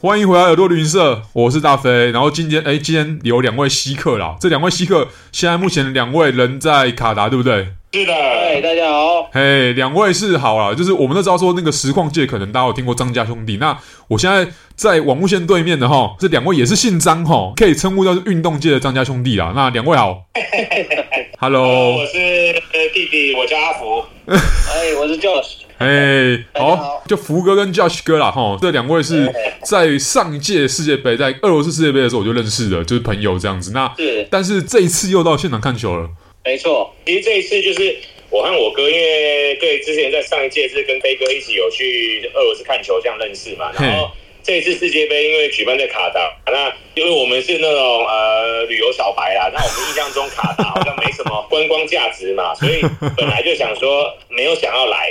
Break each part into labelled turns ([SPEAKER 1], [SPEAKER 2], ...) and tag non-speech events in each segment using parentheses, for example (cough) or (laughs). [SPEAKER 1] 欢迎回来耳朵旅行社，我是大飞。然后今天，哎，今天有两位稀客啦，这两位稀客现在目前两位人在卡达，对不对？
[SPEAKER 2] 是
[SPEAKER 3] 嗨，
[SPEAKER 2] 的，
[SPEAKER 3] 大家好。
[SPEAKER 1] 嘿，两位是好啦，就是我们都知道说那个实况界可能大家有听过张家兄弟，那我现在在网路线对面的哈，这两位也是姓张哈，可以称呼到是运动界的张家兄弟啦。那两位
[SPEAKER 3] (laughs)
[SPEAKER 1] 好
[SPEAKER 2] 我
[SPEAKER 1] ，Hello，
[SPEAKER 2] 哦是弟弟，我叫阿福。
[SPEAKER 3] (laughs) 哎，我是 Josh。
[SPEAKER 1] 嘿，
[SPEAKER 3] 大家
[SPEAKER 1] 好
[SPEAKER 3] 好，
[SPEAKER 1] 就福哥跟 Josh 哥啦哈，这两位是在上一届世界杯，在俄罗斯世界杯的时候我就认识的，就是朋友这样子。那
[SPEAKER 3] 是，
[SPEAKER 1] 但是这一次又到现场看球了，
[SPEAKER 3] 没错。
[SPEAKER 2] 其实这一次就是我和我哥，因为对之前在上一届是跟飞哥一起有去俄罗斯看球，这样认识嘛。然后这一次世界杯因为举办在卡达，那因为我们是那种呃旅游小白啦，那我们印象中卡达好像没什么观光价值嘛，所以本来就想说没有想要来。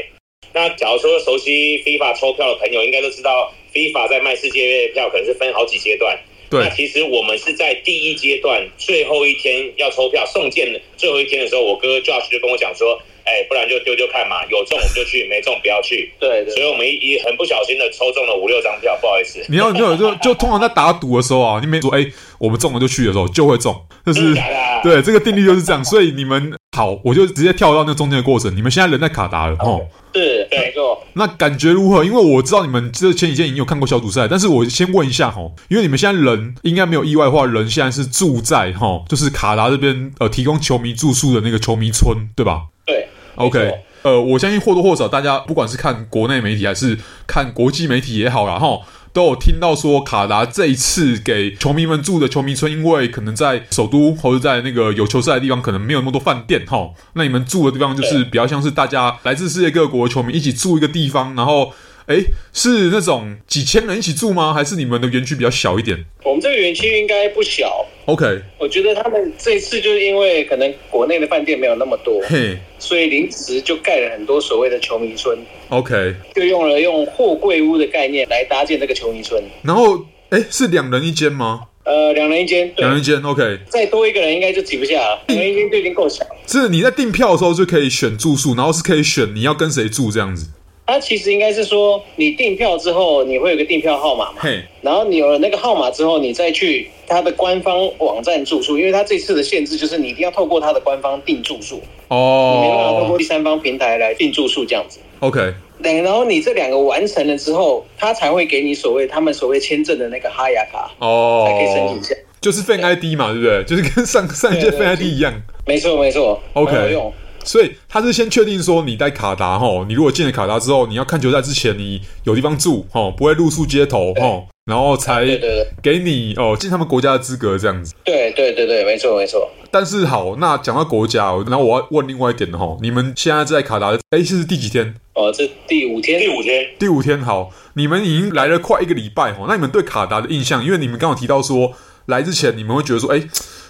[SPEAKER 2] 那假如说熟悉 FIFA 抽票的朋友，应该都知道 FIFA 在卖世界杯的票可能是分好几阶段。那
[SPEAKER 1] 对，
[SPEAKER 2] 其实我们是在第一阶段最后一天要抽票送件的最后一天的时候，我哥 Josh 就跟我讲说，哎，不然就丢丢看嘛，有中我们就去，没中不要去。
[SPEAKER 3] 对对
[SPEAKER 2] 所以我们一一很不小心的抽中了五六张票，不好意思。
[SPEAKER 1] 你要你有就就通常在打赌的时候啊，你没说哎、我们中了就去的时候就会中，就
[SPEAKER 2] 真
[SPEAKER 1] 是
[SPEAKER 3] 嗯
[SPEAKER 2] 的假的啊？
[SPEAKER 1] 对这个定律就是这样。所以你们好，我就直接跳到那中间的过程。你们现在人在卡达了哦，
[SPEAKER 3] 是，
[SPEAKER 2] 对
[SPEAKER 3] 没错。
[SPEAKER 1] 那感觉如何？因为我知道你们这前几天已经有看过小组赛，但是我先问一下哈，因为你们现在人应该没有意外的话，人现在是住在哈，就是卡达这边呃提供球迷住宿的那个球迷村，对吧？
[SPEAKER 3] 对，没
[SPEAKER 1] OK，
[SPEAKER 3] 错
[SPEAKER 1] 呃，我相信或多或少大家不管是看国内媒体还是看国际媒体也好啦，哈，都有听到说卡达这一次给球迷们住的球迷村，因为可能在首都或者在那个有球赛的地方，可能没有那么多饭店哈，那你们住的地方就是比较像是大家来自世界各国的球迷一起住一个地方，然后。诶，是那种几千人一起住吗？还是你们的园区比较小一点
[SPEAKER 3] 我们这个园区应该不小。
[SPEAKER 1] ？OK，
[SPEAKER 3] 我觉得他们这一次就是因为可能国内的饭店没有那么多，
[SPEAKER 1] 嘿
[SPEAKER 3] 所以临时就盖了很多所谓的球迷村，
[SPEAKER 1] ，OK，
[SPEAKER 3] 就用了用货柜屋的概念来搭建这个球迷村。
[SPEAKER 1] 然后诶，是两人一间吗？
[SPEAKER 3] 呃，两人一间，对
[SPEAKER 1] 两，人一间，OK，
[SPEAKER 3] 再多一个人应该就挤不下
[SPEAKER 1] 嗯
[SPEAKER 3] 了，两人一间就已经够小了。
[SPEAKER 1] 是你在订票的时候就可以选住宿，然后是可以选你要跟谁住这样子。
[SPEAKER 3] 它其实应该是说，你订票之后，你会有个订票号码嘛，
[SPEAKER 1] 嘿，
[SPEAKER 3] 然后你有了那个号码之后，你再去它的官方网站住宿，因为它这次的限制就是你一定要透过它的官方订住宿，你没办法透
[SPEAKER 1] 哦
[SPEAKER 3] 过第三方平台来订住宿这样子。
[SPEAKER 1] ，OK，
[SPEAKER 3] 两，然后你这两个完成了之后，它才会给你所谓他们所谓签证的那个哈雅卡，才可以申请
[SPEAKER 1] 哦
[SPEAKER 3] 一，下。
[SPEAKER 1] 就是 Fan ID 嘛，对不对？就是跟上上一届
[SPEAKER 3] 对对
[SPEAKER 1] Fan ID 一样，
[SPEAKER 3] 没错没错
[SPEAKER 1] OK
[SPEAKER 3] 蛮有用。
[SPEAKER 1] 所以他是先确定说你在卡达吼，你如果进了卡达之后，你要看球赛之前，你有地方住吼，不会露宿街头吼，然后才
[SPEAKER 3] 对对对
[SPEAKER 1] 给你哦进他们国家的资格这样子。
[SPEAKER 3] 对对对对，没错没错。
[SPEAKER 1] 但是好，那讲到国家哦，然后我要问另外一点的吼，你们现在在卡达，哎，是第几天？
[SPEAKER 3] 哦，这第五天
[SPEAKER 2] 第五天，
[SPEAKER 1] 哎第五天好，你们已经来了快一个礼拜哦。那你们对卡达的印象，因为你们刚好提到说，来之前你们会觉得说，哎、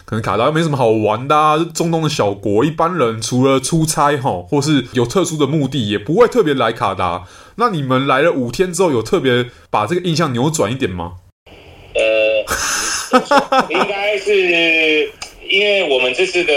[SPEAKER 1] 可能卡达没什么好玩的、啊，是中东的小国，一般人除了出差哈，或是有特殊的目的，也不会特别来卡达。那你们来了五天之后，有特别把这个印象扭转一点吗？
[SPEAKER 3] (laughs)
[SPEAKER 2] 呃，应该是因为我们这次的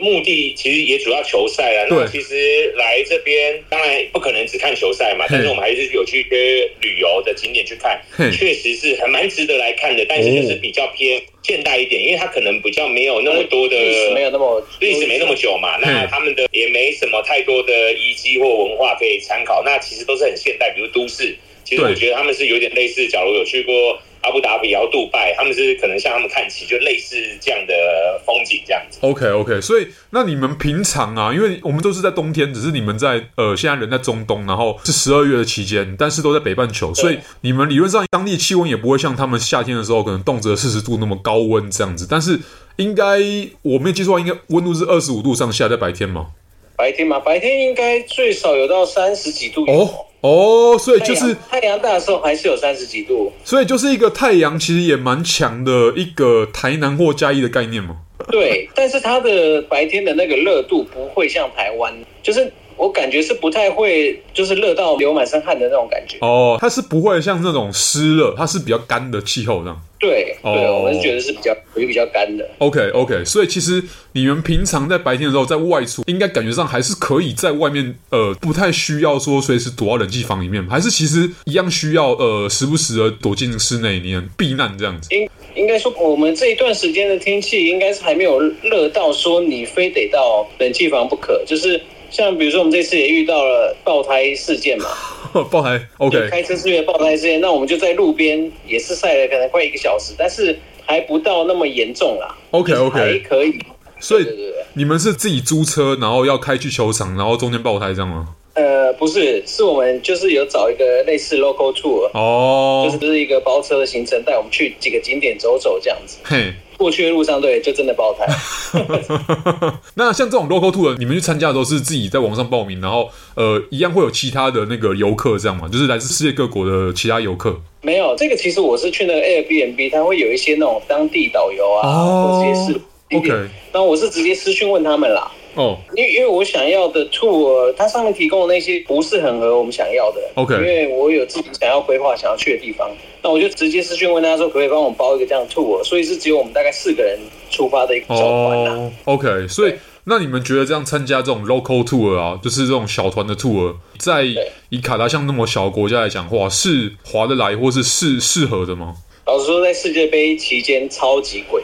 [SPEAKER 2] 目的其实也主要球赛啦。那
[SPEAKER 1] 对
[SPEAKER 2] 其实来这边当然不可能只看球赛嘛，但是我们还是有去一些旅游的景点去看
[SPEAKER 1] 嘿，
[SPEAKER 2] 确实是还蛮值得来看的。但是
[SPEAKER 3] 哦
[SPEAKER 2] 就是比较偏现代一点，因为它可能比较没有那么多的
[SPEAKER 3] 呃历史没有那么
[SPEAKER 2] 历史没那么久嘛，那
[SPEAKER 1] 嗯
[SPEAKER 2] 他们的也没什么太多的遗迹或文化可以参考，那其实都是很现代，比如都市。其实
[SPEAKER 1] 对
[SPEAKER 2] 我觉得他们是有点类似，假如有去过阿布达比、然后杜拜，他们是可能向他们看齐，就类似这样的风景这样子。
[SPEAKER 1] OK OK，所以那你们平常啊，因为我们都是在冬天，只是你们在呃现在人在中东，然后是十二月的期间，但是都在北半球，所以你们理论上当地气温也不会像他们夏天的时候可能动辄四十度那么高温这样子，但是应该我没有记错，应该温度是二十五度上下，在白天嘛。
[SPEAKER 3] 白天嘛，白天应该最少有到三十几度有
[SPEAKER 1] 哦哦，所以
[SPEAKER 3] 太
[SPEAKER 1] 就
[SPEAKER 3] 阳
[SPEAKER 1] 是
[SPEAKER 3] 太阳大的时候还是有三十几度，
[SPEAKER 1] 所以就是一个太阳其实也蛮强的一个台南或嘉义的概念嘛。
[SPEAKER 3] (laughs) 对，但是它的白天的那个热度不会像台湾，就是我感觉是不太会，就是热到流满身汗的那种感觉。
[SPEAKER 1] 哦，它是不会像那种湿热，它是比较干的气候这样。
[SPEAKER 3] 对，对，
[SPEAKER 1] 哦
[SPEAKER 3] 我是觉得是比较也比较干的。
[SPEAKER 1] OK OK，所以其实你们平常在白天的时候在外出，应该感觉上还是可以在外面，呃，不太需要说随时躲到冷气房里面，还是其实一样需要呃时不时的躲进室内里面避难这样子。
[SPEAKER 3] 应应该说，我们这一段时间的天气应该是还没有热到说你非得到冷气房不可。就是像比如说我们这次也遇到了爆胎事件嘛，
[SPEAKER 1] 爆胎
[SPEAKER 3] 就
[SPEAKER 1] OK
[SPEAKER 3] 开车是因为爆胎事件，那我们就在路边也是晒了可能快一个小时，但是还不到那么严重啦。
[SPEAKER 1] OK
[SPEAKER 3] 还
[SPEAKER 1] OK，
[SPEAKER 3] 可以。
[SPEAKER 1] 所
[SPEAKER 3] 对
[SPEAKER 1] 以
[SPEAKER 3] 对对，
[SPEAKER 1] 你们是自己租车，然后要开去球场，然后中间爆胎这样吗？
[SPEAKER 3] 呃，不是，是我们就是有找一个类似 local tour，、
[SPEAKER 1] 哦
[SPEAKER 3] 就是，就是一个包车的行程，带我们去几个景点走走这样子。
[SPEAKER 1] 嘿。
[SPEAKER 3] 过去的路上，对，就真
[SPEAKER 1] (laughs)
[SPEAKER 3] 的爆胎。
[SPEAKER 1] 那像这种 local tour，你们去参加的时候是自己在网上报名，然后呃，一样会有其他的那个游客这样嘛，就是来自世界各国的其他游客。
[SPEAKER 3] 没有，这个其实我是去那个 Airbnb，它会有一些那种当地导游啊，
[SPEAKER 1] 哦
[SPEAKER 3] 或者是景点
[SPEAKER 1] OK。
[SPEAKER 3] 然后我是直接私讯问他们啦，
[SPEAKER 1] 哦
[SPEAKER 3] 因为因为我想要的 tour，它上面提供的那些不是很合我们想要的。
[SPEAKER 1] OK
[SPEAKER 3] 因为我有自己想要规划、想要去的地方，那我就直接私讯问他说，可不可以帮我包一个这样的 tour？所以是只有我们大概四个人出发的一个小团啦、
[SPEAKER 1] 哦，OK，所以
[SPEAKER 3] 对
[SPEAKER 1] 那你们觉得这样参加这种 local tour 啊，就是这种小团的 tour，在以卡达像那么小的国家来讲的话，是划得来或是适适合的吗？
[SPEAKER 3] 老实说，在世界杯期间超级
[SPEAKER 1] (laughs)
[SPEAKER 3] 贵。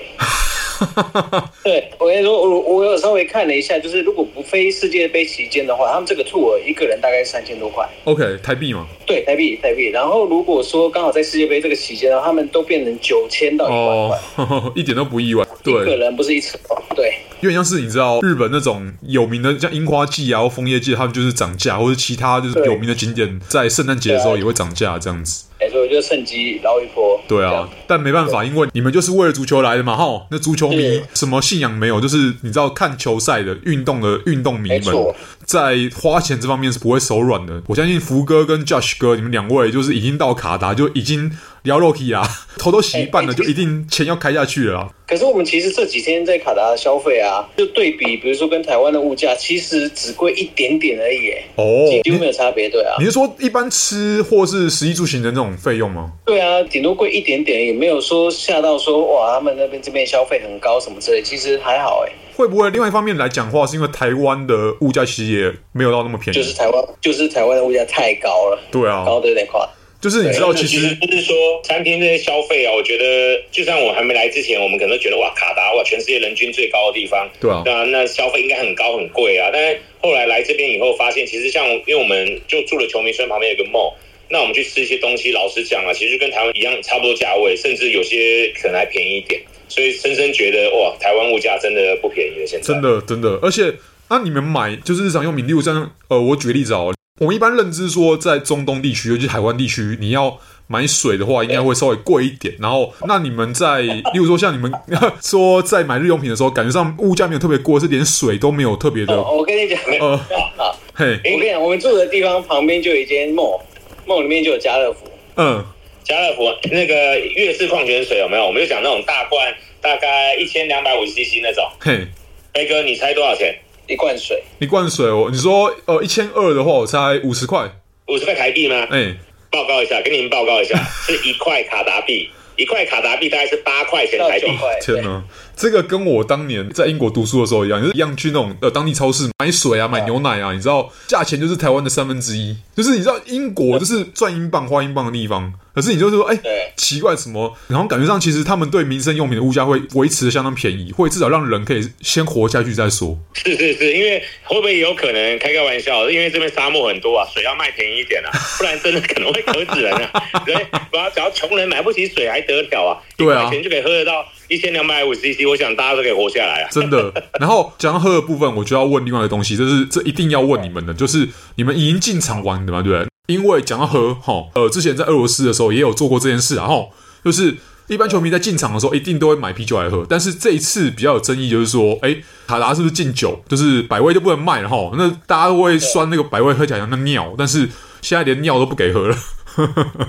[SPEAKER 3] 对，我跟你说，我我有稍微看了一下，就是如果不非世界杯期间的话，他们这个 tour 一个人大概三千多块，
[SPEAKER 1] OK，台币嘛，
[SPEAKER 3] 对，台币台币。然后如果说刚好在世界杯这个期间呢，他们都变成九千到一万
[SPEAKER 1] 哦 (laughs)
[SPEAKER 3] 块，，
[SPEAKER 1] 一点都不意外，
[SPEAKER 3] 一个
[SPEAKER 1] 对，
[SPEAKER 3] 人不是一车，对
[SPEAKER 1] 有点像是你知道日本那种有名的像樱花季啊或枫叶季，他们就是涨价，或者其他就是
[SPEAKER 3] 对
[SPEAKER 1] 有名的景点在圣诞节的时候
[SPEAKER 3] 对啊
[SPEAKER 1] 也会涨价这样子。
[SPEAKER 3] 哎，所以我就趁机捞一波。
[SPEAKER 1] 对
[SPEAKER 3] 这
[SPEAKER 1] 啊
[SPEAKER 3] 样，，
[SPEAKER 1] 但没办法，因为你们就是为了足球来的嘛，哈。那足球迷
[SPEAKER 3] 是
[SPEAKER 1] 什么信仰没有？就是你知道看球赛的运动的运动迷
[SPEAKER 3] 没
[SPEAKER 1] 们
[SPEAKER 3] 错，
[SPEAKER 1] 在花钱这方面是不会手软的。我相信福哥跟 Josh 哥，你们两位就是已经到卡达，就已经聊 Rocky 啊， (laughs) 头都洗一半了，
[SPEAKER 3] 哎哎
[SPEAKER 1] 就一定钱要开下去了啊。
[SPEAKER 3] 可是我们其实这几天在卡达的消费啊，就对比，比如说跟台湾的物价，其实只贵一点点而已，哎
[SPEAKER 1] 哦，
[SPEAKER 3] 几乎
[SPEAKER 1] 你
[SPEAKER 3] 没有差别，对啊。
[SPEAKER 1] 你是说一般吃或是食衣住行的那种费用吗？
[SPEAKER 3] 对啊，顶多贵一点点，也没有说吓到说哇，他们那边这边消费很高什么之类，其实还好哎，
[SPEAKER 1] 会不会另外一方面来讲话，是因为台湾的物价其实也没有到那么便宜？
[SPEAKER 3] 就是台湾就是台湾的物价太高了，
[SPEAKER 1] 对啊，
[SPEAKER 3] 高的有点夸张。
[SPEAKER 1] 就是你知道，其
[SPEAKER 2] 其
[SPEAKER 1] 实
[SPEAKER 2] 实就是说，餐厅这些消费啊，我觉得就算我还没来之前，我们可能都觉得哇，卡达哇，全世界人均最高的地方，
[SPEAKER 1] 对啊
[SPEAKER 2] 那那消费应该很高很贵啊。但是后来来这边以后，发现其实像因为我们就住了球迷村旁边有个 mall。那我们去吃一些东西，老实讲啊，其实跟台湾一样，差不多价位，甚至有些可能还便宜一点。所以深深觉得，哇，台湾物价真的不便宜了，现在
[SPEAKER 1] 真的真的，而且那、你们买就是日常用品，例如像呃，我举个例子哦，我们一般认知说在中东地区，尤其是海湾地区，你要买水的话，应该会稍微贵一点。然后，那你们在例如说像你们 (laughs) 说在买日用品的时候，感觉上物价没有特别贵，是连水都没有特别的
[SPEAKER 3] 哦，我跟你讲，我
[SPEAKER 1] 呃，嘿，
[SPEAKER 3] 跟你讲，我们住的地方旁边就有一间 mall，mall 里面就有家乐福。
[SPEAKER 1] 嗯，
[SPEAKER 2] 家乐福那个月式矿泉水有没有？我们就讲那种大罐，大概一千两百五十 CC 那种。
[SPEAKER 1] 嘿，
[SPEAKER 2] 飞哥，你猜多少钱？
[SPEAKER 3] 一罐水，
[SPEAKER 1] 一罐水哦，你说呃一千二的话，我猜五十块，
[SPEAKER 2] 五十块台币吗？
[SPEAKER 1] 哎，
[SPEAKER 2] 报告一下，跟你们报告一
[SPEAKER 1] (laughs)
[SPEAKER 2] 下，是一块卡达币，一块卡达币大概是八块钱
[SPEAKER 3] 到
[SPEAKER 2] 台
[SPEAKER 3] 九
[SPEAKER 2] 币。
[SPEAKER 3] 块，
[SPEAKER 1] 天啊哪，哦这个跟我当年在英国读书的时候一样，就是一样去那种呃当地超市买水啊、买牛奶啊，你知道价钱就是台湾的三分之一，就是你知道英国就是赚英镑花英镑的地方，可是你就是说哎、
[SPEAKER 3] 对
[SPEAKER 1] 奇怪什么，然后感觉上其实他们对民生用品的物价会维持的相当便宜，会至少让人可以先活下去再说。
[SPEAKER 2] 是是是，因为会不会有可能开个玩笑？因为这边沙漠很多啊，水要卖便宜一
[SPEAKER 1] (laughs)
[SPEAKER 2] 点啊，不然真的可能会渴死人啊。对，不要只要穷人买不起水还得了啊？
[SPEAKER 1] 对啊
[SPEAKER 2] 一块钱就可以喝得到一千两百五十 CC，我想大家都可以活下来啊。
[SPEAKER 1] 真的。然后讲到喝的部分，我就要问另外一个东西，这是这一定要问你们的，就是你们已经进场玩的嘛，对不对？因为讲到喝，哈，呃，之前在俄罗斯的时候也有做过这件事啊，哈，就是一般球迷在进场的时候一定都会买啤酒来喝，但是这一次比较有争议，就是说，哎，卡达是不是禁酒，就是百威就不能卖了哈？那大家都会酸那个百威喝起来像那尿，但是现在连尿都不给喝了。 (laughs)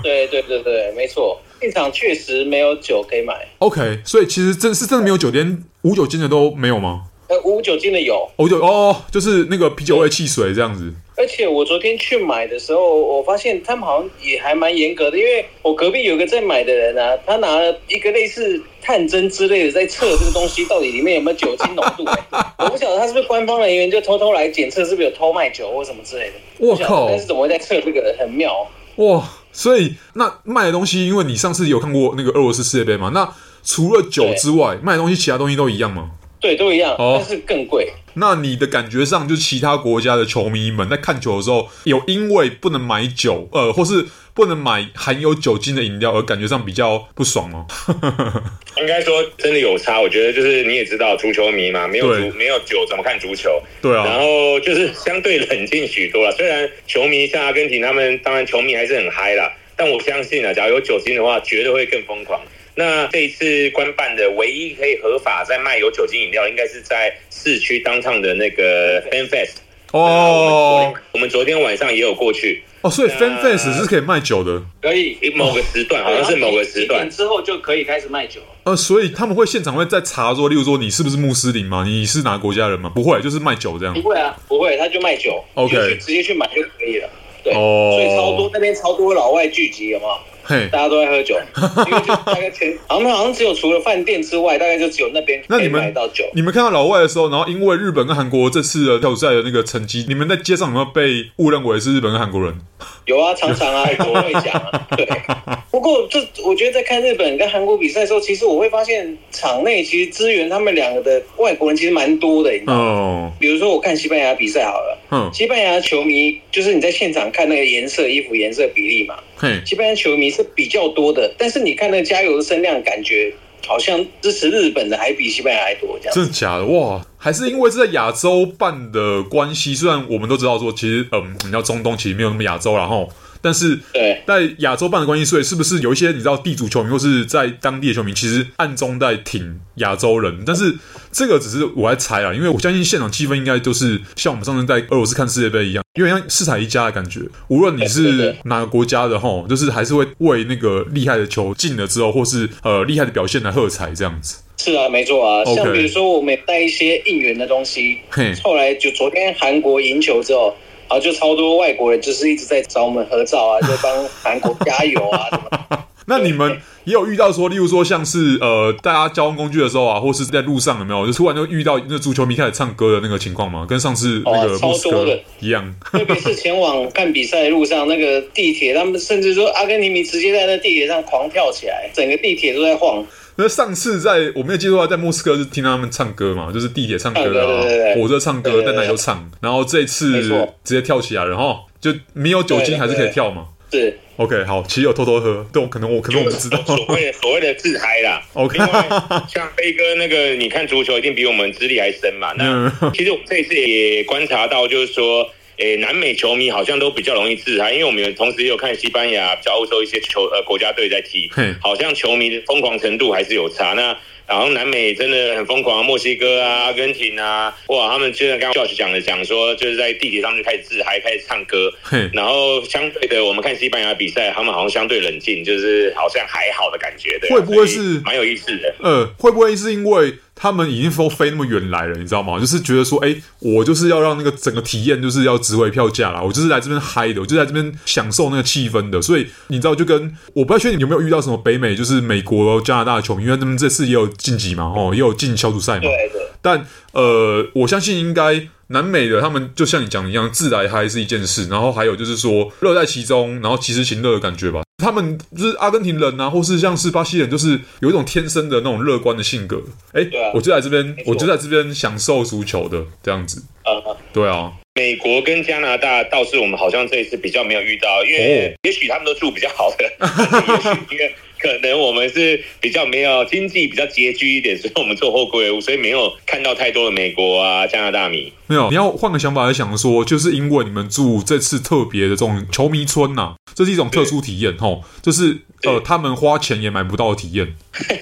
[SPEAKER 3] 对对对对，没错，现场确实没有酒可以买。
[SPEAKER 1] OK，所以其实真是真的没有酒，连无酒精的都没有吗？
[SPEAKER 3] 呃，无酒精的有。
[SPEAKER 1] 哦就哦，就是那个啤酒味汽水这样子。
[SPEAKER 3] 而且我昨天去买的时候，我发现他们好像也还蛮严格的，因为我隔壁有一个在买的人啊，他拿了一个类似探针之类的，在测这个东西到底里面有没有酒精浓度、欸。我不晓得他是不是官方人员就偷偷来检测是不是有偷卖酒或什么之类的。
[SPEAKER 1] 我
[SPEAKER 3] 不晓得
[SPEAKER 1] 靠
[SPEAKER 3] 但是怎么会在测这个？很妙哦。
[SPEAKER 1] 哇！所以那卖的东西，因为你上次有看过那个俄罗斯世界杯嘛，那除了酒之外，卖的东西其他东西都一样吗？
[SPEAKER 3] 对，都一样，
[SPEAKER 1] 哦
[SPEAKER 3] 但是更贵。
[SPEAKER 1] 那你的感觉上，就是其他国家的球迷们在看球的时候，有因为不能买酒，呃，或是不能买含有酒精的饮料，而感觉上比较不爽吗？
[SPEAKER 2] 应该说真的有差。我觉得就是你也知道，足球迷嘛，没有
[SPEAKER 1] 对
[SPEAKER 2] 足没有酒怎么看足球？
[SPEAKER 1] 对啊
[SPEAKER 2] 然后就是相对冷静许多了。虽然球迷像阿根廷他们，当然球迷还是很嗨啦，但我相信啊，假如有酒精的话，绝对会更疯狂。那这一次官办的唯一可以合法在卖有酒精饮料，应该是在市区当唱的那个 Fan Fest。
[SPEAKER 1] 哦
[SPEAKER 2] 我们昨天晚上也有过去，
[SPEAKER 1] 哦，所以 fan face 是可以卖酒的，
[SPEAKER 3] 可以，
[SPEAKER 2] 某个时段好像是某个时段
[SPEAKER 3] 几点，之后就可以开始卖酒了。
[SPEAKER 1] 呃，所以他们会现场会在查说，例如说你是不是穆斯林嘛，你是哪国家人嘛？不会，就是卖酒这样
[SPEAKER 3] 不。会啊，不会，他就卖酒
[SPEAKER 1] OK
[SPEAKER 3] 你就去直接去买就可以了。对，
[SPEAKER 1] 哦
[SPEAKER 3] 所以超多那边超多老外聚集，有没有？
[SPEAKER 1] 嘿，
[SPEAKER 3] 大家都
[SPEAKER 1] (laughs)
[SPEAKER 3] 在喝酒，因为就大概全，好像好像只有除了饭店之外，大概就只有那边
[SPEAKER 1] 那
[SPEAKER 3] 可
[SPEAKER 1] 你
[SPEAKER 3] 以
[SPEAKER 1] 们
[SPEAKER 3] 买到酒。
[SPEAKER 1] 你们看到老外的时候，然后因为日本跟韩国这次的跳舞赛的那个成绩，你们在街上有没有被误认为是日本跟韩国人？
[SPEAKER 3] 有啊，常常啊，我会讲
[SPEAKER 1] (laughs)
[SPEAKER 3] 啊。对，不过这我觉得在看日本跟韩国比赛的时候，其实我会发现场内其实支援他们两个的外国人其实蛮多的，你知道吗
[SPEAKER 1] 哦，
[SPEAKER 3] 比如说我看西班牙比赛好了，
[SPEAKER 1] 哼，
[SPEAKER 3] 西班牙球迷就是你在现场看那个颜色、衣服颜色比例嘛，
[SPEAKER 1] 嘿，
[SPEAKER 3] 西班牙球迷是比较多的，但是你看那个加油的声量，感觉好像支持日本的还比西班牙还多这样。
[SPEAKER 1] 真的假的？哇，还是因为是在亚洲办的关系。虽然我们都知道说，其实嗯，你知道中东其实没有那么亚洲啦，然后，但是
[SPEAKER 3] 对，
[SPEAKER 1] 在亚洲办的关系，所以是不是有一些你知道地主球迷或是在当地的球迷，其实暗中在挺亚洲人？但是这个只是我在猜啦，因为我相信现场气氛应该就是呃像我们上次在俄罗斯看世界杯一样，有点像四彩一家的感觉。无论你
[SPEAKER 3] 对对
[SPEAKER 1] 是
[SPEAKER 3] 对
[SPEAKER 1] 哪个国家的吼，就是还是会为那个厉害的球进了之后，或是呃厉害的表现来喝彩这样子。
[SPEAKER 3] 是啊，没错啊。
[SPEAKER 1] OK
[SPEAKER 3] 像比如说，我们也带一些应援的东西
[SPEAKER 1] 嘿，
[SPEAKER 3] 后来就昨天韩国赢球之后。然后就超多外国人，就是一直在找我们合照啊，就帮韩国加油啊什么的。
[SPEAKER 1] (laughs) 那你们也有遇到说，例如说像是呃，大家交通工具的时候啊，或是在路上有没有，就突然就遇到那足球迷开始唱歌的那个情况吗？跟上次那个
[SPEAKER 3] 哦超
[SPEAKER 1] 莫斯
[SPEAKER 3] 多
[SPEAKER 1] 科
[SPEAKER 3] 的
[SPEAKER 1] 一样？
[SPEAKER 3] 特别是前往看比赛的路上，那个地铁，他们甚至说阿根廷迷直接在那地铁上狂跳起来，整个地铁都在晃。
[SPEAKER 1] 那上次在我没有记错的话，在莫斯科是听他们唱歌嘛，就是地铁唱歌啊
[SPEAKER 3] 哎对对对，对
[SPEAKER 1] 火车唱
[SPEAKER 3] 对
[SPEAKER 1] 歌，
[SPEAKER 3] 对
[SPEAKER 1] 在
[SPEAKER 3] 对
[SPEAKER 1] 哪里都唱。然后这次
[SPEAKER 3] 没错
[SPEAKER 1] 直接跳起来了哈，就没有酒
[SPEAKER 3] 对
[SPEAKER 1] 精
[SPEAKER 3] 对
[SPEAKER 1] 还是可以跳嘛。
[SPEAKER 3] 是，
[SPEAKER 1] OK，好，其实有偷偷喝，但我可能我可能我不知
[SPEAKER 3] (laughs)
[SPEAKER 1] 道。
[SPEAKER 2] 所谓的所谓的自嗨啦。
[SPEAKER 1] OK
[SPEAKER 2] 另外像飞哥那个，你看足球一定比我们资历还深嘛。那
[SPEAKER 1] 嗯
[SPEAKER 2] 其实我们这一次也观察到，就是说。诶，南美球迷好像都比较容易自嗨，因为我们有同时也有看西班牙、比较欧洲一些球呃国家队在踢
[SPEAKER 1] 嘿，
[SPEAKER 2] 好像球迷的疯狂程度还是有差。那然后南美真的很疯狂，墨西哥啊、阿根廷啊，哇，他们就像刚刚 Josh 讲的，讲说就是在地铁上就开始自嗨，开始唱歌，
[SPEAKER 1] 嘿，
[SPEAKER 2] 然后相对的，我们看西班牙比赛，他们好像相对冷静，就是好像还好的感觉，对啊、
[SPEAKER 1] 会不会
[SPEAKER 2] 所以
[SPEAKER 1] 是
[SPEAKER 2] 蛮有意思的？
[SPEAKER 1] 呃，会不会是因为他们已经都飞那么远来了，你知道吗？就是觉得说，哎、我就是要让那个整个体验就是要值回票价啦，我就是来这边嗨的，我就是来这边享受那个气氛的。所以你知道，就跟我不太确定你有没有遇到什么北美，就是美国、加拿大的球迷，因为他们这次也有晋级嘛，哦，也有进小组赛嘛。
[SPEAKER 3] 对对。
[SPEAKER 1] 但呃，我相信应该南美的他们就像你讲的一样，自来嗨是一件事，然后还有就是说乐在其中，然后及时行乐的感觉吧。他们就是阿根廷人啊，或是像是巴西人，就是有一种天生的那种乐观的性格。哎、
[SPEAKER 3] 对啊
[SPEAKER 1] 我就在这边
[SPEAKER 3] 没，错
[SPEAKER 1] 我就在这边享受足球的这样子。
[SPEAKER 3] 呃，
[SPEAKER 1] 对啊，
[SPEAKER 2] 美国跟加拿大倒是我们好像这一次比较没有遇到，因
[SPEAKER 1] 哦
[SPEAKER 2] 为也许他们都住比较好的，也许因为可能我们是比较没有经济比较拮据一点，所以我们做后归屋，所以没有看到太多的美国啊、加拿大米。
[SPEAKER 1] 没有，你要换个想法来想说，就是因为你们住这次特别的这种球迷村呐、这是一种特殊体验吼，就是呃，
[SPEAKER 2] 对
[SPEAKER 1] 他们花钱也买不到的体验。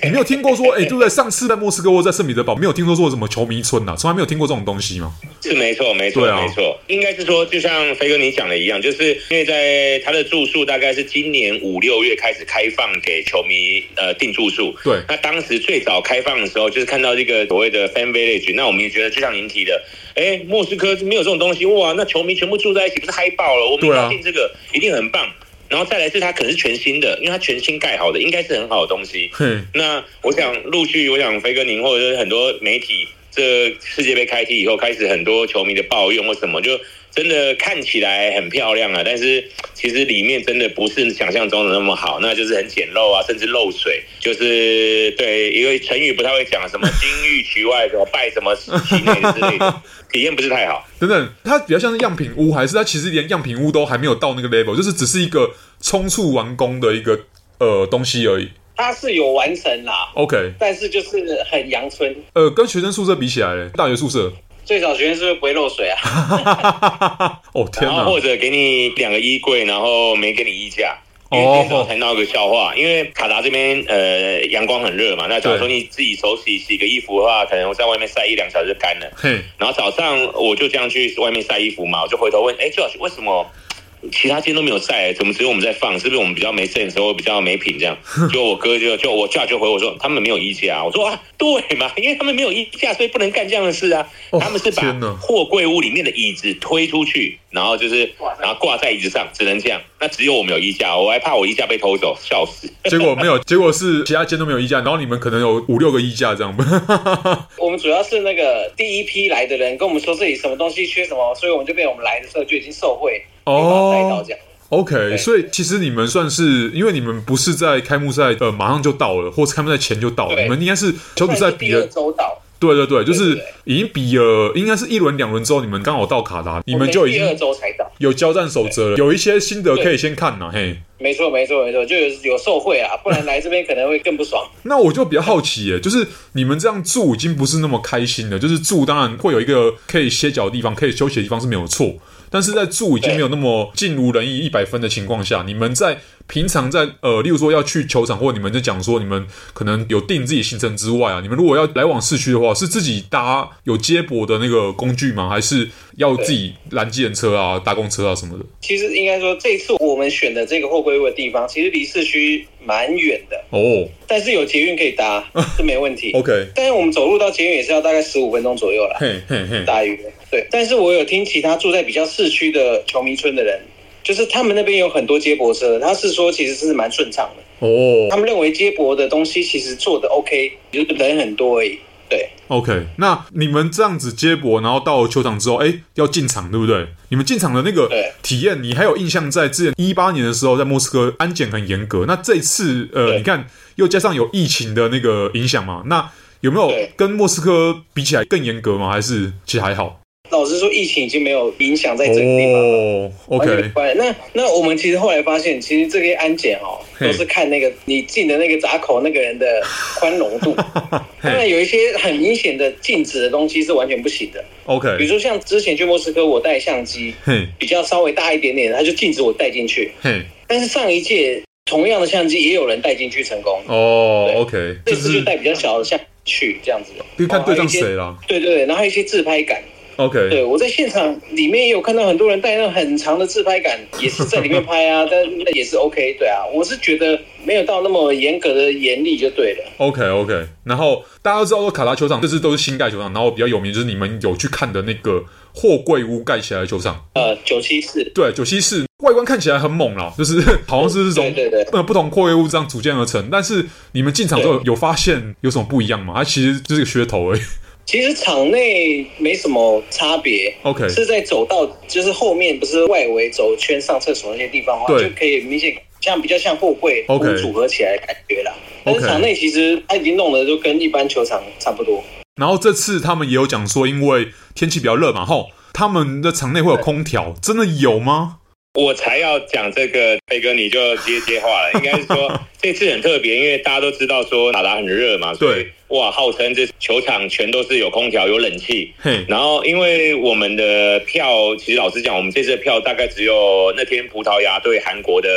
[SPEAKER 1] 你没有听过说，哎、对不对？上次在莫斯科或在圣彼得堡，没有听说说什么球迷村呐、从来没有听过这种东西嘛。
[SPEAKER 2] 是没错，没错，
[SPEAKER 1] 对啊
[SPEAKER 2] 没错，应该是说，就像飞哥你讲的一样，就是因为在他的住宿大概是今年五六月开始开放给球迷呃订住宿。
[SPEAKER 1] 对
[SPEAKER 2] 那当时最早开放的时候，就是看到这个所谓的 fan village，那我们也觉得就像您提的，哎，莫斯科没有这种东西，哇，那球迷全部住在一起，不是嗨爆了？我们一定
[SPEAKER 1] 对啊
[SPEAKER 2] 要订这个，一定很棒。然后再来是它可能是全新的，因为它全新盖好的，应该是很好的东西。
[SPEAKER 1] 嘿，
[SPEAKER 2] 那我想陆续，我想飞哥您或者是很多媒体，这世界杯开踢以后，开始很多球迷的抱怨或什么，就真的看起来很漂亮啊，但是其实里面真的不是想象中的那么好，那就是很简陋啊，甚至漏水，就是对，因为成语不太会讲什么金玉其外，什么败什么其内之类的，体验不是太好。
[SPEAKER 1] 等等，它比较像是样品屋，还是它其实连样品屋都还没有到那个 level，就是只是一个冲促完工的一个呃东西而已。
[SPEAKER 3] 它是有完成啦，
[SPEAKER 1] OK，
[SPEAKER 3] 但是就是很阳春。
[SPEAKER 1] 呃，跟学生宿舍比起来嘞，大学宿舍， (laughs)
[SPEAKER 3] 最早学生是不是不会漏水啊？ (laughs)
[SPEAKER 1] 哦天
[SPEAKER 2] 然
[SPEAKER 1] 哪
[SPEAKER 2] 后，或者给你两个衣柜，然后没给你衣架。因为
[SPEAKER 1] 哦
[SPEAKER 2] 今天早上才闹个笑话，因为卡达这边呃阳光很热嘛，那假如说
[SPEAKER 1] 对
[SPEAKER 2] 你自己手洗洗个衣服的话，可能在外面晒一两小时就干了。
[SPEAKER 1] 嘿，
[SPEAKER 2] 然后早上我就这样去外面晒衣服嘛，我就回头问，哎，Josh，为什么其他天都没有晒，怎么只有我们在放？是不是我们比较没 sense，或比较没品这样？就我哥就就我 Josh 就回我说，他们没有衣架啊。我说啊，对嘛，因为他们没有衣架，所以不能干这样的事啊。
[SPEAKER 1] 哦
[SPEAKER 2] 他们是把
[SPEAKER 1] 天哪
[SPEAKER 2] 货柜屋里面的椅子推出去，然后就是然后挂在椅子上，只能这样。那只有我们有衣架，我还怕我衣架被偷走，笑死。
[SPEAKER 1] (laughs) 结果没有，结果是其他间都没有衣架，然后你们可能有五六个衣架这样。 (laughs)
[SPEAKER 3] 我们主要是那个第一批来的人跟我们说这里什么东西缺什么，所以我们就被我们来的时候就已经受惠，
[SPEAKER 1] 哦
[SPEAKER 3] 可以把它带到这样。
[SPEAKER 1] OK，所以其实你们算是，因为你们不是在开幕赛呃马上就到了，或是开幕赛前就到了，
[SPEAKER 3] 对
[SPEAKER 1] 你们应该是小组赛
[SPEAKER 3] 算是
[SPEAKER 1] 比
[SPEAKER 3] 第二
[SPEAKER 1] 了，
[SPEAKER 3] 周到，
[SPEAKER 1] 对对对，就是
[SPEAKER 3] 对对
[SPEAKER 1] 已经比了，应该是一轮两轮之后，你们刚好到卡达，你
[SPEAKER 3] 我
[SPEAKER 1] 们
[SPEAKER 3] 们
[SPEAKER 1] 就已
[SPEAKER 3] 第二
[SPEAKER 1] 经
[SPEAKER 3] 周才到。
[SPEAKER 1] 有交战守则了，有一些心得可以先看呐，嘿。
[SPEAKER 3] 没错，没错，没错，就有有受贿啊，不然来这边可能会更不爽。 (laughs)
[SPEAKER 1] 那我就比较好奇耶，就是你们这样住已经不是那么开心了，就是住当然会有一个可以歇脚的地方，可以休息的地方是没有错，但是在住已经没有那么尽如人意一百分的情况下，你们在平常在呃，例如说要去球场，或你们就讲说你们可能有定自己行程之外啊，你们如果要来往市区的话，是自己搭有接驳的那个工具吗？还是要自己拦计程车啊、搭公车啊什么的？
[SPEAKER 3] 其实应该说，这次我们选的这个货柜屋的地方，其实离市区蛮远的，
[SPEAKER 1] 哦、
[SPEAKER 3] 但是有捷运可以
[SPEAKER 1] (laughs)
[SPEAKER 3] 搭，是没问题。
[SPEAKER 1] o k
[SPEAKER 3] 但是我们走路到捷运也是要大概十五分钟左右啦，
[SPEAKER 1] 嘿嘿
[SPEAKER 3] (laughs)
[SPEAKER 1] 嘿，
[SPEAKER 3] 大约对。但是我有听其他住在比较市区的球迷村的人，就是他们那边有很多接驳车，他是说其实是蛮顺畅的，
[SPEAKER 1] 哦、
[SPEAKER 3] 他们认为接驳的东西其实做的 OK，就是人很多而已。对，
[SPEAKER 1] OK，那你们这样子接驳，然后到球场之后，哎、要进场，对不对？你们进场的那个
[SPEAKER 3] 对
[SPEAKER 1] 体验，你还有印象在之前一八年的时候，在莫斯科安检很严格。那这一次，呃，
[SPEAKER 2] 对
[SPEAKER 1] 你看又加上有疫情的那个影响嘛，那有没有
[SPEAKER 3] 对
[SPEAKER 1] 跟莫斯科比起来更严格吗？还是其实还好？
[SPEAKER 3] 老实说，疫情已经没有影响在哎这个地方。哎
[SPEAKER 1] 哦
[SPEAKER 3] 完全没
[SPEAKER 1] ，OK，
[SPEAKER 3] 关系。那那我们其实后来发现，其实这些安检哦，
[SPEAKER 1] 嘿
[SPEAKER 3] 都是看那个你进的那个闸口那个人的宽容度。当然
[SPEAKER 1] (laughs) 嘿
[SPEAKER 3] 有一些很明显的禁止的东西是完全不行的，比如
[SPEAKER 1] ，OK，
[SPEAKER 3] 说像之前去莫斯科，我带相机
[SPEAKER 1] 嘿，
[SPEAKER 3] 比较稍微大一点点，他就禁止我带进去。
[SPEAKER 1] 嘿，
[SPEAKER 3] 但是上一届同样的相机也有人带进去成功，
[SPEAKER 1] 哦，OK，
[SPEAKER 3] 这
[SPEAKER 1] 就
[SPEAKER 3] 次就是带比较小的相机去这样子。
[SPEAKER 1] 就看对
[SPEAKER 3] 哦还有
[SPEAKER 1] 仗
[SPEAKER 3] 一些
[SPEAKER 1] 谁啦
[SPEAKER 3] 对对对，然后还有一些自拍杆。对，
[SPEAKER 1] ，OK，
[SPEAKER 3] 我在现场里面也有看到很多人带那种很长的自拍杆，也是在里面拍啊， (laughs) 但那也是 OK，对啊，我是觉得没有到那么严格的严厉就对了。
[SPEAKER 1] OK OK，然后大家都知道说卡达球场这次都是新盖球场，然后比较有名就是你们有去看的那个货柜屋盖起来的球场，
[SPEAKER 3] 呃，九七四，
[SPEAKER 1] 对，九七四外观看起来很猛啦， (laughs) 就是好像是从
[SPEAKER 3] 对对对
[SPEAKER 1] 呃不同货柜屋这样组建而成，但是你们进场之后
[SPEAKER 3] 对
[SPEAKER 1] 有发现有什么不一样吗？它其实就是个噱头而已。
[SPEAKER 3] 其实场内没什么差别
[SPEAKER 1] OK
[SPEAKER 3] 是在走到就是后面不是外围走圈上厕所那些地方的话，
[SPEAKER 1] 对
[SPEAKER 3] 就可以明显像比较像货柜
[SPEAKER 1] OK
[SPEAKER 3] 屋组合起来的感觉啦。但
[SPEAKER 1] OK
[SPEAKER 3] 是场内其实它已经弄得就跟一般球场差不多。
[SPEAKER 1] 然后这次他们也有讲说，因为天气比较热嘛，吼，他们的场内会有空调，真的有吗？
[SPEAKER 2] 我才要讲这个，飞哥你就接接话了。应该是说这次很特别，因为大家都知道说打达很热嘛，所以哇，号称这球场全都是有空调、有冷气。
[SPEAKER 1] 嘿，
[SPEAKER 2] 然后因为我们的票，其实老实讲，我们这次的票大概只有那天葡萄牙对韩国的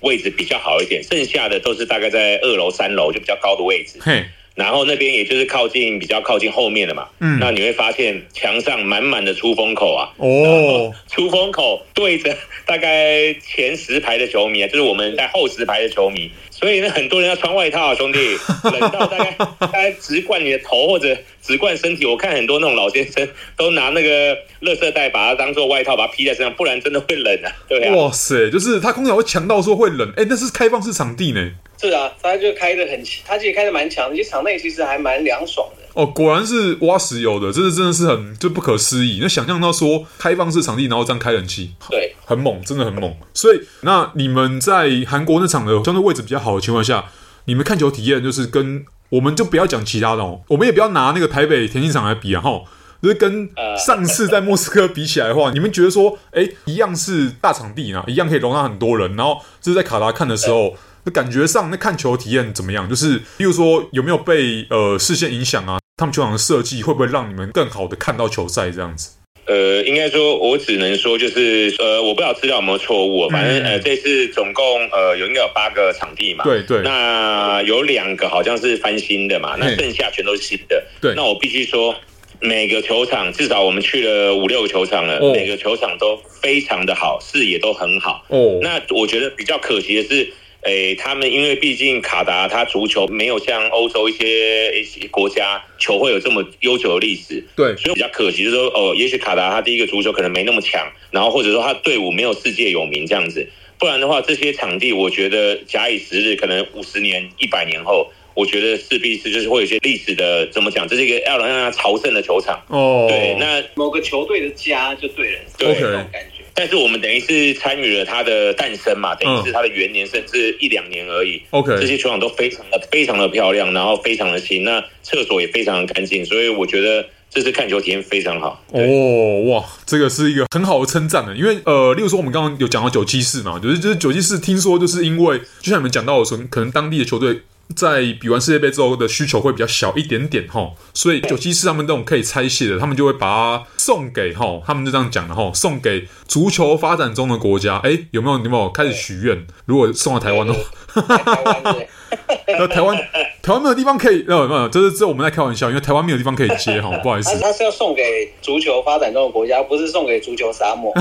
[SPEAKER 2] 位置比较好一点，剩下的都是大概在二楼、三楼就比较高的位置。
[SPEAKER 1] 嘿，
[SPEAKER 2] 然后那边也就是靠近比较靠近后面的嘛，
[SPEAKER 1] 嗯
[SPEAKER 2] 那你会发现墙上满满的出风口啊，
[SPEAKER 1] 哦，
[SPEAKER 2] 出风口对着大概前十排的球迷啊，就是我们在后十排的球迷，所以呢，很多人要穿外套啊，
[SPEAKER 1] (laughs)
[SPEAKER 2] 兄弟，冷到大概大概直灌你的头或者直灌身体。我看很多那种老先生都拿那个垃圾袋把它当做外套，把它披在身上，不然真的会冷啊。对啊，
[SPEAKER 1] 哇塞，就是他空调会强到说会冷，哎、那是开放式场地呢。
[SPEAKER 3] 是啊，他就开的很，他其实开的蛮强的，其实场内其实还蛮凉爽的。
[SPEAKER 1] 哦，果然是挖石油的，这是真的是很就不可思议。那想象到说开放式场地，然后这样开冷气，
[SPEAKER 3] 对，
[SPEAKER 1] 很猛，真的很猛。所以，那你们在韩国那场的相对位置比较好的情况下，你们看球体验就是跟我们就不要讲其他的哦，我们也不要拿那个台北田径场来比啊，哈， (laughs) 就是跟
[SPEAKER 2] 呃
[SPEAKER 1] 上次在莫斯科比起来的话，你们觉得说，哎，一样是大场地啊，一样可以容纳很多人，然后这是在卡达看的时候。那感觉上，那看球体验怎么样？就是，例如说，有没有被呃视线影响啊？他们球场的设计会不会让你们更好的看到球赛这样子？
[SPEAKER 2] 呃，应该说，我只能说就是呃，我不知道资料有没有错误哦，反正呃，这次总共呃有应该有八个场地嘛，
[SPEAKER 1] 嗯对对，
[SPEAKER 2] 那有两个好像是翻新的嘛，那
[SPEAKER 1] 嘿
[SPEAKER 2] 剩下全都是新的。
[SPEAKER 1] 对
[SPEAKER 2] 那我必须说，每个球场至少我们去了五六个球场了，
[SPEAKER 1] 哦
[SPEAKER 2] 每个球场都非常的好，视野都很好。
[SPEAKER 1] 哦，
[SPEAKER 2] 那我觉得比较可惜的是。诶，他们因为毕竟卡达，它足球没有像欧洲一些一些国家球会有这么悠久的历史，
[SPEAKER 1] 对，
[SPEAKER 2] 所以比较可惜，就是说，哦，也许卡达他第一个足球可能没那么强，然后或者说他队伍没有世界有名这样子，不然的话，这些场地我觉得假以时日，可能五十年、一百年后，我觉得势必是就是会有一些历史的，怎么讲，这是一个要让它朝圣的球场。
[SPEAKER 1] 哦，
[SPEAKER 2] 对，那
[SPEAKER 3] 某个球队的家就对了，
[SPEAKER 2] 对
[SPEAKER 3] 那种感觉。
[SPEAKER 2] 但是我们等于是参与了它的诞生
[SPEAKER 1] 嗯
[SPEAKER 2] 嘛，等于是它的元年，甚至一两年而已。
[SPEAKER 1] OK，
[SPEAKER 2] 这些球场都非常的非常的漂亮，然后非常的新，那厕所也非常的干净，所以我觉得这次看球体验非常好。对
[SPEAKER 1] 哦，哇，这个是一个很好的称赞的，因为呃，例如说我们刚刚有讲到九七四嘛，就是就是九七四，听说就是因为呃就像你们讲到的说，可能当地的球队在比完世界杯之后的需求会比较小一点点哈，所以九七四他们这种可以拆卸的，他们就会把它送给哈，他们就这样讲的哈，送给足球发展中的国家，哎，有没有有没有开始许愿？如果送到台湾的
[SPEAKER 2] (laughs)
[SPEAKER 1] 话，
[SPEAKER 3] 在台湾
[SPEAKER 1] (laughs)
[SPEAKER 3] 对，
[SPEAKER 1] 那台湾台湾没有地方可以，呃，没有，这是这我们在开玩笑，因为台湾没有地方可以接哈，不好意思
[SPEAKER 3] 他，他是要送给足球发展中的国家，不是送给足球沙漠。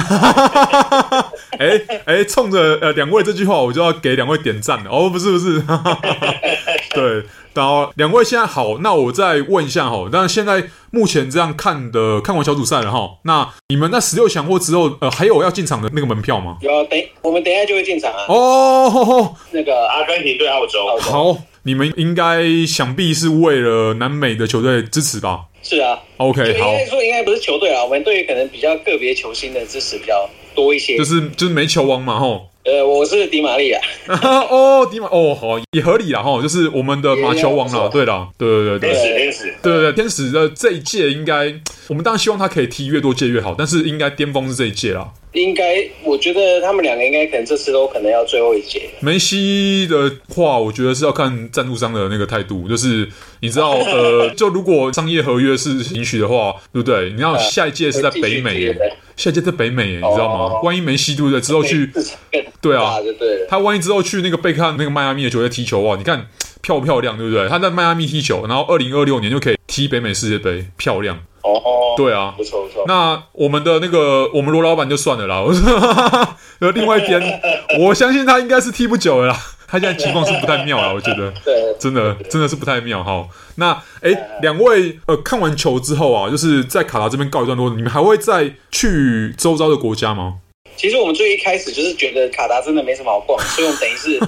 [SPEAKER 1] 哎哎，冲着呃两位这句话，我就要给两位点赞了。哦，不是不是， (laughs) 哈哈哈对，然后两位现在好，那我再问一下哈，那现在目前这样看的，看完小组赛了哈，那你们那十六强或之后，呃，还有要进场的那个门票吗？
[SPEAKER 3] 有啊等我们等一下就会进场啊。
[SPEAKER 1] 哦，吼吼
[SPEAKER 3] 那个啊，
[SPEAKER 2] 阿根廷对澳洲，
[SPEAKER 3] 澳洲
[SPEAKER 1] 好，你们应该想必是为了南美的球队支持吧
[SPEAKER 3] 是啊，就
[SPEAKER 1] ？OK，
[SPEAKER 3] 应
[SPEAKER 1] 好，
[SPEAKER 3] 该说应该不是球队啊，我们对于可能比较个别球星的支持比较多一些。
[SPEAKER 1] 就是就是没球王嘛，吼。 (laughs)
[SPEAKER 3] 呃，我是迪玛利亚，
[SPEAKER 1] 哦，迪马哦，好也合理啦，吼，就是我们的马球王
[SPEAKER 3] 也也
[SPEAKER 1] 啦，
[SPEAKER 3] 不错
[SPEAKER 1] 对啦，对对对对
[SPEAKER 2] 天。使天使。
[SPEAKER 1] 对对对，天使的这一届应该，我们当然希望他可以踢越多届越好，但是应该巅峰是这一届啦。
[SPEAKER 3] 应该我觉得他们两个应该可能这次都可能要最后一节了。
[SPEAKER 1] 梅西的话，我觉得是要看赞助商的那个态度，就是你知道， (laughs) 呃，就如果商业合约是允许的话，对不对？你要下一届是在北美耶
[SPEAKER 3] 会继续踢的，
[SPEAKER 1] 下一届在北美耶，你知道吗
[SPEAKER 3] 哦？
[SPEAKER 1] 万一梅西对不对之后去，
[SPEAKER 3] 市场更
[SPEAKER 1] 对啊
[SPEAKER 3] 大就对了。
[SPEAKER 1] 他万一之后去那个贝克汉那个迈阿密的球队踢球哇，你看漂不漂亮，对不对？他在迈阿密踢球，然后二零二六年就可以踢北美世界杯，漂亮，
[SPEAKER 3] 哦，
[SPEAKER 1] 对啊
[SPEAKER 3] 不。错不错。
[SPEAKER 1] (laughs) 那我们的那个我们罗老板就算了啦，我 (laughs) 说，呃，另外一边，我相信他应该是踢不久了啦，他现在情况是不太妙了，我觉得。
[SPEAKER 3] 对，
[SPEAKER 1] 真的真的是不太妙哈。那哎，两位呃看完球之后啊，就是在卡达这边告一段落，你们还会再去周遭的国家吗？
[SPEAKER 3] 其实我们最一开始就是觉得卡达真的没什么好逛，所以我们等于是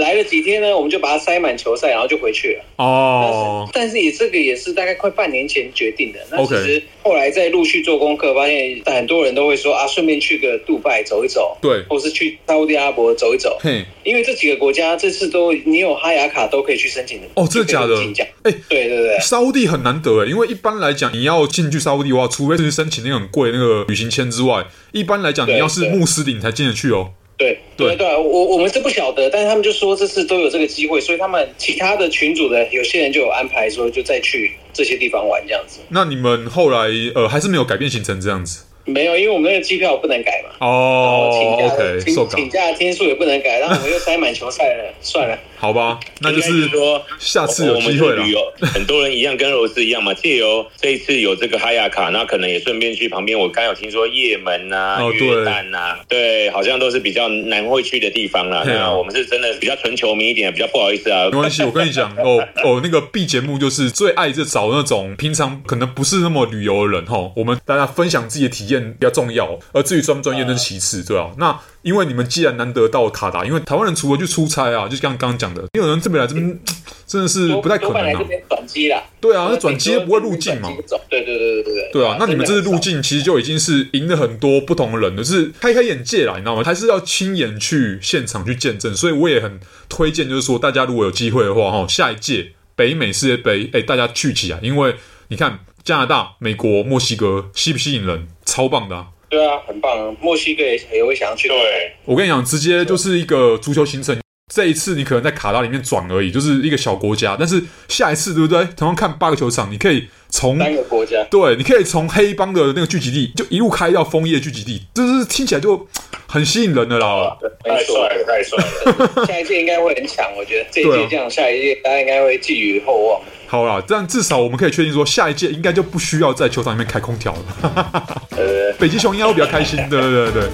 [SPEAKER 3] 来了几天呢，我们就把它塞满球赛，然后就回去了。
[SPEAKER 1] 哦，
[SPEAKER 3] 但是也这个也是大概快半年前决定的。那
[SPEAKER 1] OK
[SPEAKER 3] 其实后来在陆续做功课，发现很多人都会说啊，顺便去个杜拜走一走，
[SPEAKER 1] 对，
[SPEAKER 3] 或是去沙烏地阿拉伯走一走，
[SPEAKER 1] 嘿，
[SPEAKER 3] 因为这几个国家这次都你有哈雅卡都可以去申请的。
[SPEAKER 1] 哦，真的假的
[SPEAKER 3] 就可以进奖？
[SPEAKER 1] 哎，
[SPEAKER 3] 对对对。
[SPEAKER 1] 沙烏地很难得诶，因为一般来讲，你要进去沙烏地的话，除非是申请那个很贵的那个旅行签之外，一般来讲，
[SPEAKER 3] 对
[SPEAKER 1] 你要是
[SPEAKER 3] 对
[SPEAKER 1] 穆斯林才进得去哦。
[SPEAKER 3] 对
[SPEAKER 1] 对
[SPEAKER 3] 对对，我我们是不晓得，但是他们就说这次都有这个机会，所以他们其他的群组的有些人就有安排说就再去这些地方玩这样子。
[SPEAKER 1] 那你们后来呃还是没有改变行程这样子
[SPEAKER 3] 没有，因为我们那个机票不能改嘛。
[SPEAKER 1] 哦
[SPEAKER 3] 然后请假
[SPEAKER 1] ？OK，
[SPEAKER 3] 请
[SPEAKER 1] 受
[SPEAKER 3] 请
[SPEAKER 1] 感 (laughs)
[SPEAKER 3] 假的天数也不能改，然后我们又塞满球赛了，算了，
[SPEAKER 1] 好吧，那就
[SPEAKER 2] 应
[SPEAKER 1] 是
[SPEAKER 2] 该说
[SPEAKER 1] 下次有
[SPEAKER 2] 我们
[SPEAKER 1] 机
[SPEAKER 2] 去
[SPEAKER 1] 会
[SPEAKER 2] 旅
[SPEAKER 1] 了。
[SPEAKER 2] 游，很多人一样跟俄罗斯一样嘛，
[SPEAKER 1] (laughs)
[SPEAKER 2] 借由这一次有这个哈雅卡，那可能也顺便去旁边。我刚有听说也门呐、
[SPEAKER 1] 哦对
[SPEAKER 2] 约旦呐、对，好像都是比较难会去的地方啦。
[SPEAKER 1] 对啊
[SPEAKER 2] 那我们是真的比较纯球迷一点，比较不好意思啊
[SPEAKER 1] 没。关系，我跟你
[SPEAKER 3] (laughs)
[SPEAKER 1] 讲哦哦，那个 B 节目就是最爱这找那种平常可能不是那么旅游的人哈。我们大家分享自己的体验比较重要，而至于专不专业那是其次，对啊。那因为你们既然难得到卡达，因为台湾人除了去出差啊，就像刚刚讲的，因为有人这边来这边真的是不太可
[SPEAKER 3] 多半
[SPEAKER 1] 能
[SPEAKER 3] 来这
[SPEAKER 1] 啊。
[SPEAKER 3] 边转机啦，
[SPEAKER 1] 对啊，那转接不会入境嘛
[SPEAKER 3] 转。机走对对对对对。
[SPEAKER 1] 对啊，那你们这次入境其实就已经是赢了很多不同的人了，就是开开眼界啦，你知道吗？还是要亲眼去现场去见证，所以我也很推荐，就是说大家如果有机会的话，哈，下一届北美世界杯，哎、大家去起来，因为你看加拿大、美国、墨西哥吸不吸引人，超棒的、啊。
[SPEAKER 3] 对啊，很棒啊！墨西哥也也会想要去。
[SPEAKER 2] 对，
[SPEAKER 1] 我跟你讲，直接就是一个足球行程。这一次你可能在卡达里面转而已，就是一个小国家，但是下一次对不对？同样看八个球场，你可以从
[SPEAKER 3] 三个
[SPEAKER 1] (laughs)
[SPEAKER 3] 国家，
[SPEAKER 1] 对，你可以从黑帮的那个聚集地就一路开到枫叶聚集地，就是听起来就很吸引人的啦。
[SPEAKER 3] 没
[SPEAKER 2] 太
[SPEAKER 3] 错
[SPEAKER 2] 帅，了，太帅了。
[SPEAKER 3] 下一届应该会很强，我觉得这一
[SPEAKER 1] 对啊
[SPEAKER 3] 届这样，下一届大家应该会寄予厚望。
[SPEAKER 1] 好啦，这样至少我们可以确定说，下一届应该就不需要在球场里面开空调了。
[SPEAKER 3] 呃，
[SPEAKER 1] 北极熊应该会比较开心，对对对对。